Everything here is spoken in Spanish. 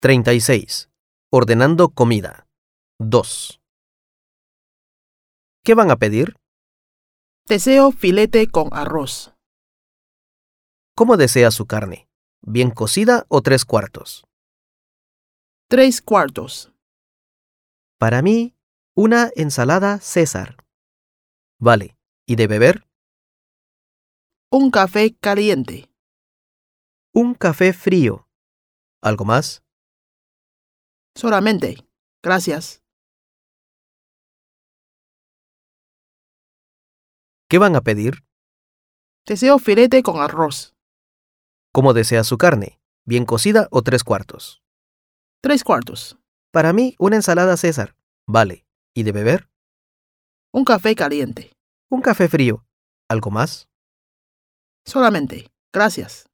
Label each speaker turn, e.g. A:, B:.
A: 36. Ordenando comida. 2. ¿Qué van a pedir?
B: Deseo filete con arroz.
A: ¿Cómo desea su carne? ¿Bien cocida o tres cuartos?
B: Tres cuartos.
A: Para mí, una ensalada César. Vale. ¿Y de beber?
B: Un café caliente.
A: Un café frío. ¿Algo más?
B: Solamente. Gracias.
A: ¿Qué van a pedir?
B: Deseo filete con arroz.
A: ¿Cómo desea su carne? ¿Bien cocida o tres cuartos?
B: Tres cuartos.
A: Para mí, una ensalada César. Vale. ¿Y de beber?
B: Un café caliente.
A: Un café frío. ¿Algo más?
B: Solamente. Gracias.